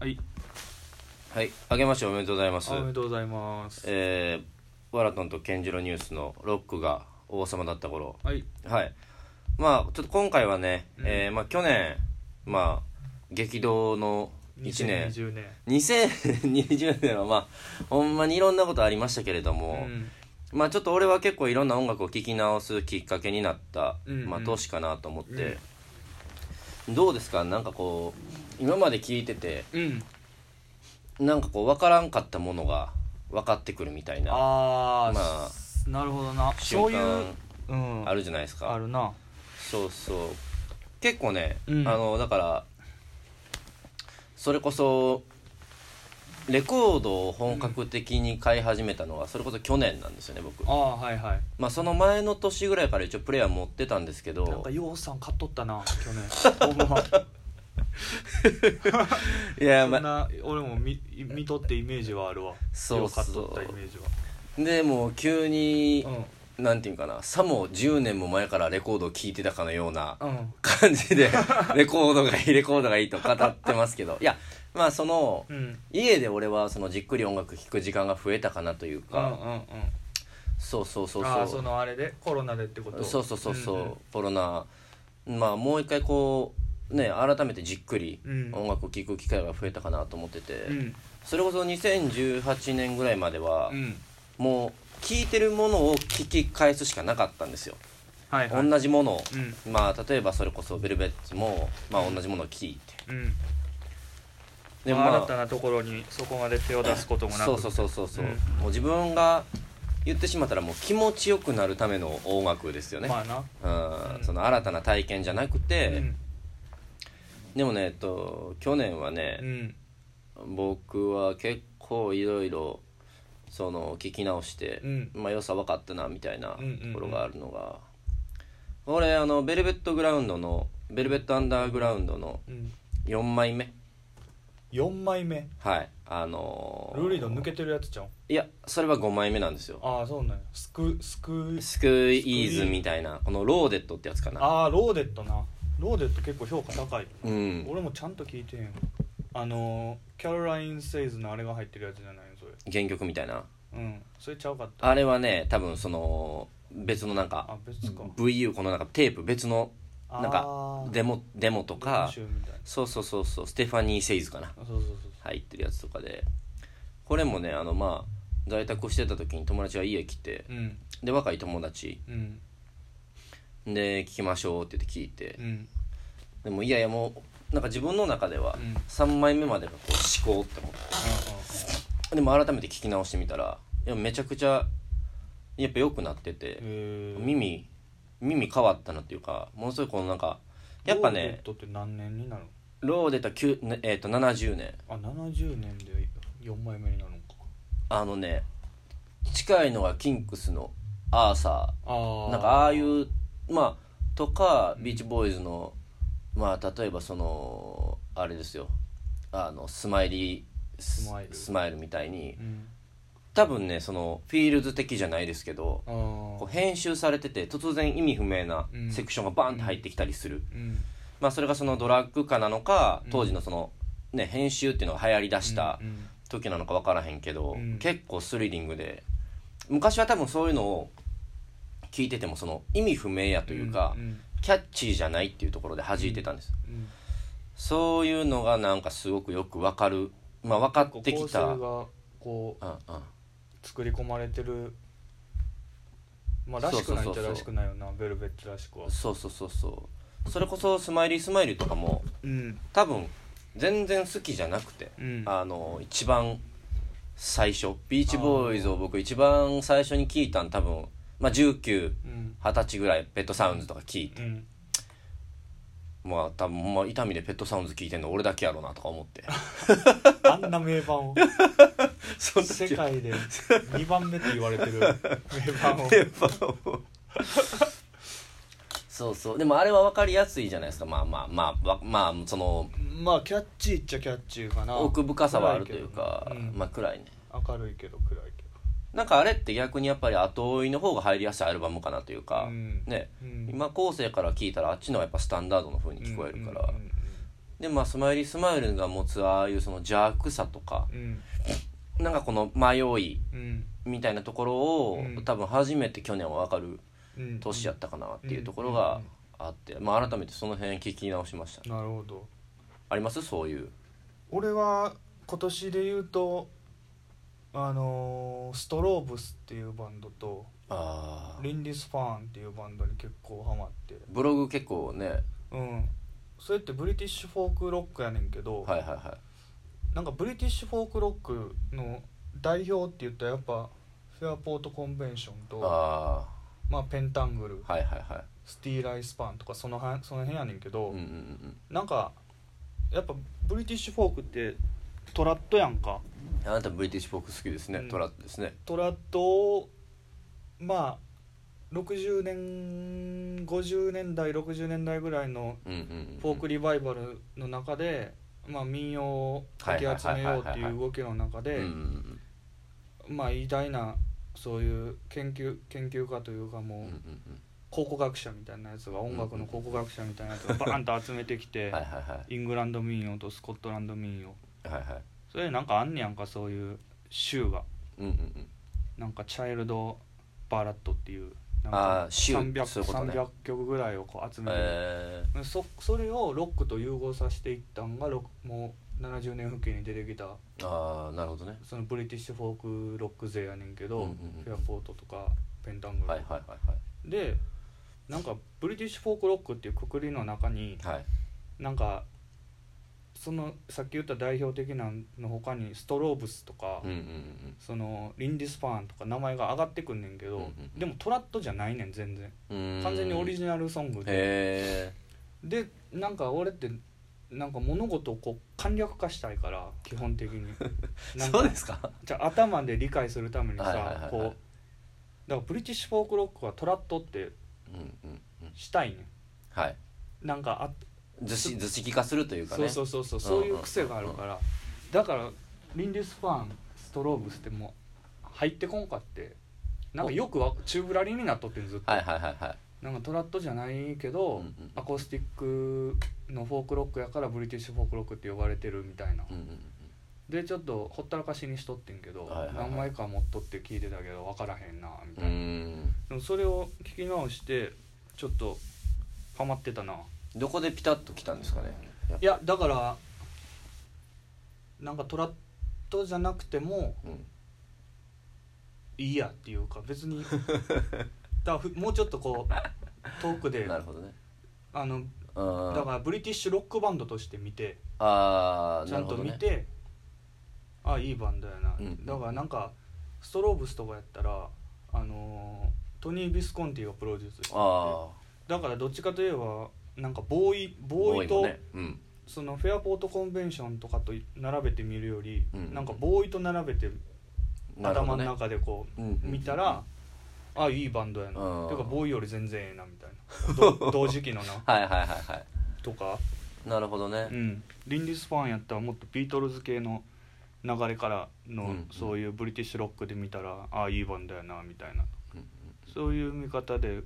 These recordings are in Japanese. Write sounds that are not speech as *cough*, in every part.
はいはい、あけましておめでとうございますあ。おめでとうございますえー、ワラトンとケンジロニュースのロックが王様だった頃。はいはい。まあ、ちょっと今回はね、えー、まあ去年、まあ、激動の1年。 2020年2020年はまあ、ほんまにいろんなことありましたけれどうも、んまあちょっと俺は結構いろんな音楽を聴き直すきっかけになった、うんうんまあ年かなと思って、どうですかなんかこう、今まで聴いてて、うんなんかこう分からんかったものが分かってくるみたいなああ、まあなるほどなそ瞬ういう間うんあるじゃないですか、あるなそうそう結構ね、うんあのだからそれこそレコードを本格的に買い始めたのはそれこそ去年なんですよね僕、ああはいはいまあ、その前の年ぐらいから一応プレイヤー持ってたんですけなんどかようさん買っとったな去 *laughs* 年ほんまいやそんまあな俺も見見とってイメージはあるわそうそうよう買っとったイメージでもう急に、はなんていうかなさも10年も前からレコードを聴いてたかのようなうんうん感じでレコードがいいレコードがいいと語ってますけどいやまあそのうん家で俺はそのじっくり音楽聴く時間が増えたかなといううんうんうか、んそうそうそうあそあうそのあれでコロナでってことそうそうそうそう、んんコロナまあもう一回こうね改めてじっくりうん音楽を聴く機会が増えたかなと思ってて、うんそれこそ2018年ぐらいまでは、うんもう聴いてるものを聴き返すしかなかったんですよ、はいはい同じものを、うんまあ例えばそれこそベルベッツも、まあ、同じものを聴いてうんでまあ、まあ新たなところにそこまで手を出すこともなくそうそうそうそうそう、うんもう自分が言ってしまったらもう気持ちよくなるための音楽ですよね、まあな、ううんん、その新たな体験じゃなくて、うんでもねえっと去年はねう、ん僕は結構いろいろその聞き直して、うんまあ良さ分かったなみたいなとうんうんうんころがあるのが、俺あのベルベットグラウンドのベルベットアンダーグラウンドのうん、 4枚目4枚目はいあのールリの抜けてるやつじゃんいやそれは5枚目なんですよああそうなんやスクスクスクイーズみたいなこのローデットってやつかなああローデットなローデット結構評価高い、うん俺もちゃんと聞いてんよあのーキャロライン・セイズのあれが入ってるやつじゃないのそれ原曲みたいなうんそれちゃうかったあれはね多分その別のなんかあ別か VU このなんかテープ別のあーなんかデモデモとか練習みたいなそうそうそうそうステファニー・セイズかなあそうそうそう入ってるやつとかでこれもねあのまあ在宅してた時に友達が家来てそううんで若い友達うんで聞きましょうって言って聞いてうんでもいやいやもうなんか自分の中ではうん3枚目までがこう思考って思ってでも改めて聞き直してみたらいやめちゃくちゃやっぱ良くなっててうんうんへー耳耳変わったなっていうかものすごいこのなんかやっぱローデッねトって何年になるのローデット9、ねえー、と70年あ70年で4枚目になるのかあのね近いのがキンクスのアーサあーあなんかああいううまあとかビーチボーイズのまあ例えばそのあれですよあのスマイリーススマイルスマイルみたいにん多分ねそのフィールズ的じゃないですけどあこーう編集されてて突然意味不明なうんセクションがバンって入ってきたりする、うんまあ、それがそのドラッグ化なのかうん当時のその、ね、編集っていうのが流行りだしたうん時なのか分からへんけど、うん結構スリリングで昔は多分そういうのを聞いててもその意味不明やというか、うんキャッチーじゃないっていうところで弾いてたんです、うんそういうのがなんかすごくよく分かる、まあ、分かって構成きた。うんがこうんう作り込まれてるまあそらうそうしそくうないっちゃらしくないよなベルベットらしくはそうそうそうそうそれこそ「スマイリースマイル」とかもうん多分全然好きじゃなくて、うんあの一番最初ビーチボーイズを僕一番最初に聞いたん多分、まあ、1920うん歳ぐらいペットサウンズとか聞いて、 *laughs* うんまあ多分ほんまあ痛みでペットサウンズ聞いてんの俺だけやろうなとか *laughs* 思ってあんな名盤を *laughs* そん世時は界 *laughs* で2番目って言われてる名盤をそうそうでもあれは分かりやすいじゃないですかまあまあまあわまあそのまあキャッチーっちゃキャッチーかな奥深さはあるというか暗いけどねうんまあ暗いね明るいけど暗いけどなんかあれって逆にやっぱり後追いの方が入りやすいアルバムかなというか、うんねうん今後世から聞いたらあっちの方がやっぱスタンダードの風に聞こえるから、うんうんうんうんでまあスマイリースマイルが持つああいうその邪悪さとかうんなんかこの迷いうんみたいなところを、うん多分初めて去年は分かるうん年やったかなっていうところがあって、まあ、改めてその辺聞き直しましたなるほどありますそういう俺は今年で言うとあのーストローブスっていうバンドとあーリンディス・ファーンっていうバンドに結構ハマってブログ結構ねうんそれってブリティッシュフォークロックやねんけど、はいはいはなんかブリティッシュフォークロックの代表って言ったらやっぱフェアポートコンベンションいとあまあ、ペンタングルあはいはいはいスティーライスパンとかその辺その辺やねんけど、うんうんうんなんかやっぱブリティッシュフォークってトラットやんかあなたブリティッシュフォーク好きですね、うんトラットですねトラットをまあ60年50年代60年代ぐらいのうんうんうんうんフォークリバイバルの中で、まあ、民謡をかき集めようっていう動きの中で、うんうんうんまあ偉大なそういう研究研究家というかもううんうん考古学者みたいなやつが音楽の考古学者みたいなやつがバーンと集めてきうて *laughs* んはいはいはいイングランド民謡とスコットランド民謡はいはいそれでなんかあんねやんかそういう州がうんうんうんなんかチャイルドバラットっていうなんあかー州300そういうことね300曲ぐらいをこう集めて、えそそれをロックと融合させていったんがロックもう70年付近に出てきたー、ああなるほどねそのブリティッシュフォークロック勢やねんけど、うんうんうんフェアポートとかペンタングル、はいはいはいはいでなんかブリティッシュフォークロックっていうくくりの中にはいなんかそのさっき言った代表的なの他にストローブスとか、うんうんうんそのリンディスパーンとか名前が上がってくんねんけど、うんうんでもトラットじゃないねん全然うん完全にオリジジナルソングへで、えでなんか俺ってなんか物事をこう簡略化したいから基本的 *laughs* になんそうかですかじゃあ頭で理解するためにはいはいはいはさいこうだからブリティッシュフォークロックはトラットってうんうんうんしたいねはいんなんかあ図式図式化するというかねそうそうそうそうそううんうんいう癖があるからだからリンディスファンストローブスってもう入ってこんかってなんかよくわチューブラリーになっとってんずっとはいはいはいはいなんかトラットじゃないけうどんうんアコースティックのフォークロックやからブリティッシュフォークロックって呼ばれてるみたいなうんうんうんでちょっとほったらかしにしとってんけどはいはいはい何枚か持っとって聞いてたけど分からへんなみうたいなーんでもそれを聞き直してちょっとハマってたなどこでピタッと来たんですかねやっいやだからなんかトラットじゃなくてもうんいいやっていうか別 *laughs* にだからふもうちょっとこう遠くでなるほどねあのうんだからブリティッシュロックバンドとして見てああちゃなるんほとど見ねて、あいいバンドやな、うんだからなんかストローブスとかやったらあのートニー・ビスコンティがプロデュースしててあだからどっちかといえばなんかボーイあボーイと、もねうんそのフェアポートコンベンションとかと並べてみるより、うんなんかボーイと並べてなるほ頭のどね中でこう、うんうんうん見たら、あいいバンドやな、うんてかボーイより全然ええなみたい *laughs* など同時期のなはいはいはいはと *laughs* か、いなるほどねうん、リンディスファンやったらもっとビートルズ系の流れからの、うんうんそういうブリティッシュロックで見たらあいいバンドやなみたいなうんうんそういう見方で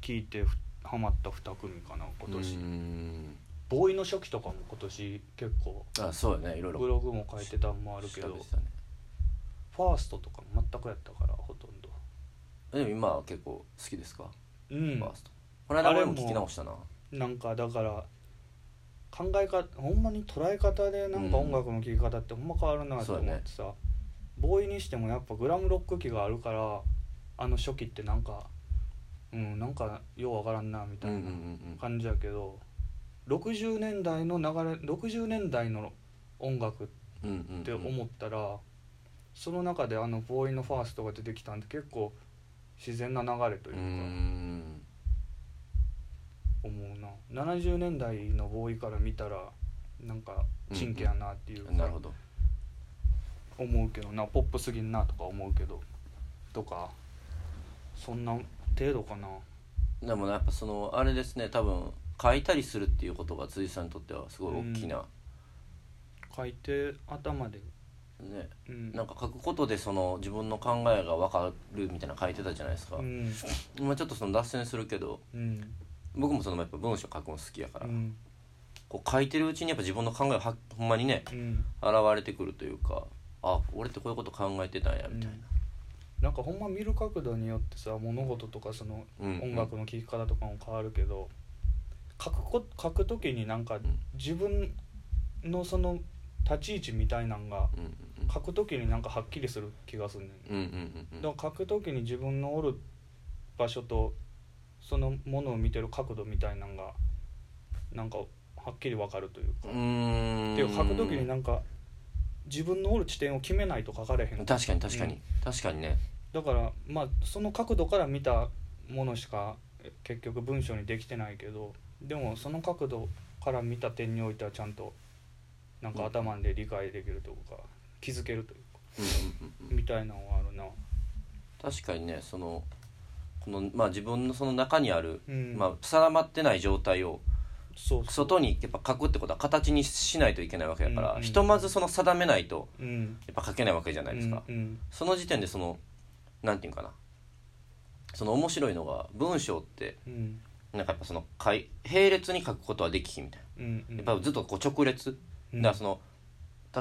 聞いてふハマった2組かな今年、うーんボーイの初期とかも今年結構あそうよねいろいろブログも書いてたんもあるけ調どべてたねファーストとか全くやったからほとんどでも今は結構好きですかうんファーストこの間あれ俺もも聞き直したななんかだから考え方ほんまに捉え方でなんかうん音楽の聴き方ってほんま変わるなとそう思やっねてさ、ボーイにしてもやっぱグラムロック期があるからあの初期ってなんかうんなんかようわからんなみたういんうんなうんうん感じやけど、60年代の流れ60年代の音楽っうんうんうんて思ったら、その中であのボーイのファーストが出てきたんで結構自然な流れといううか。ーん思うな70年代のボーイから見たらなんか珍奇やなっていうなかるほど思うけどなポップすぎんなとか思うけどとかそんな程度かなでもやっぱそのあれですね多分書いたりするっていうことが辻さんにとってはすごい大きな、書いて頭でねうんなんか書くことでその自分の考えが分かるみたいなの書いてたじゃないですか、うんまあちょっとその脱線するけどうん僕もそのやっぱ文章書くの好きやから、うんこう書いてるうちにやっぱ自分の考えがはほんまにねうん現れてくるというかあ俺ってこういうこと考えてたんやみたいなな、んかほんま見る角度によってさ物事とかそのうん音楽の聴き方とかも変わるけど、書くこ書く時になんかん自分のその立ち位置みたいなんがうんうん書く時になんかはっきりする気がするねんうんうんうんうんだから書く時に自分のおる場所とそのものを見てる角度みたいなんがなんかはっきり分かるというか、うーんで書く時になんか自分のおる地点を決めないと書かれへん確かに確かに、うん確かにねだからまあその角度から見たものしかえ結局文章にできてないけどでもその角度から見た点においてはちゃんとなんか頭で理解できるというか気づけるというかうんうんうんうんみたいなのはあるな。確かにねそのこの、まあ、自分のその中にある、うんまあ、定まってない状態をそうそう外にやっぱ書くってことは形にしないといけないわけだから、うんうんひとまずその定めないとうんやっぱ書けないわけじゃないですか、うんうんその時点でそのなんていうんかなその面白いのが文章ってうんなんかやっぱそのかい並列に書くことはできひんみたいうんうんなやっぱずっとこう直列、うんだからその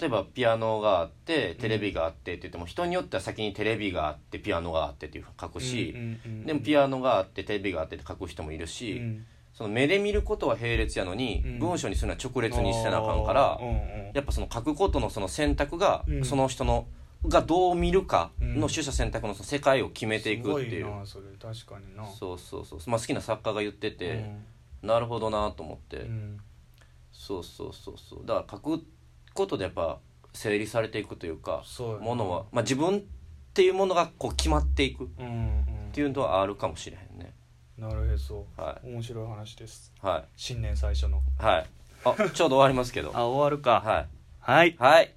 例えばピアノがあってテレビがあってって言っても人によっては先にテレビがあってピアノがあってっていうふうに書くし、うんうんうんでもピアノがあってテレビがあってって書く人もいるうし、んその目で見ることは並列やのに、うん文章にするのは直列にしてなあかんからうんうんやっぱその書くことのその選択が、うんその人のがどう見るかうんの取捨選択のその世界を決めていくっていすごういなそれ確かになそうそうそう、まあ、好きな作家が言ってて、なるほどなと思って、うんそうそうそうそうだから書くことでやっぱ整理されていくというかそうやなものは、まあ、自分っていうものがこう決まっていくっうんうんていうのはあるかもしれへんねなるへそは面白い話ですいはい新年最初のはいあちょうど終わりますけど終わるかはいはいはい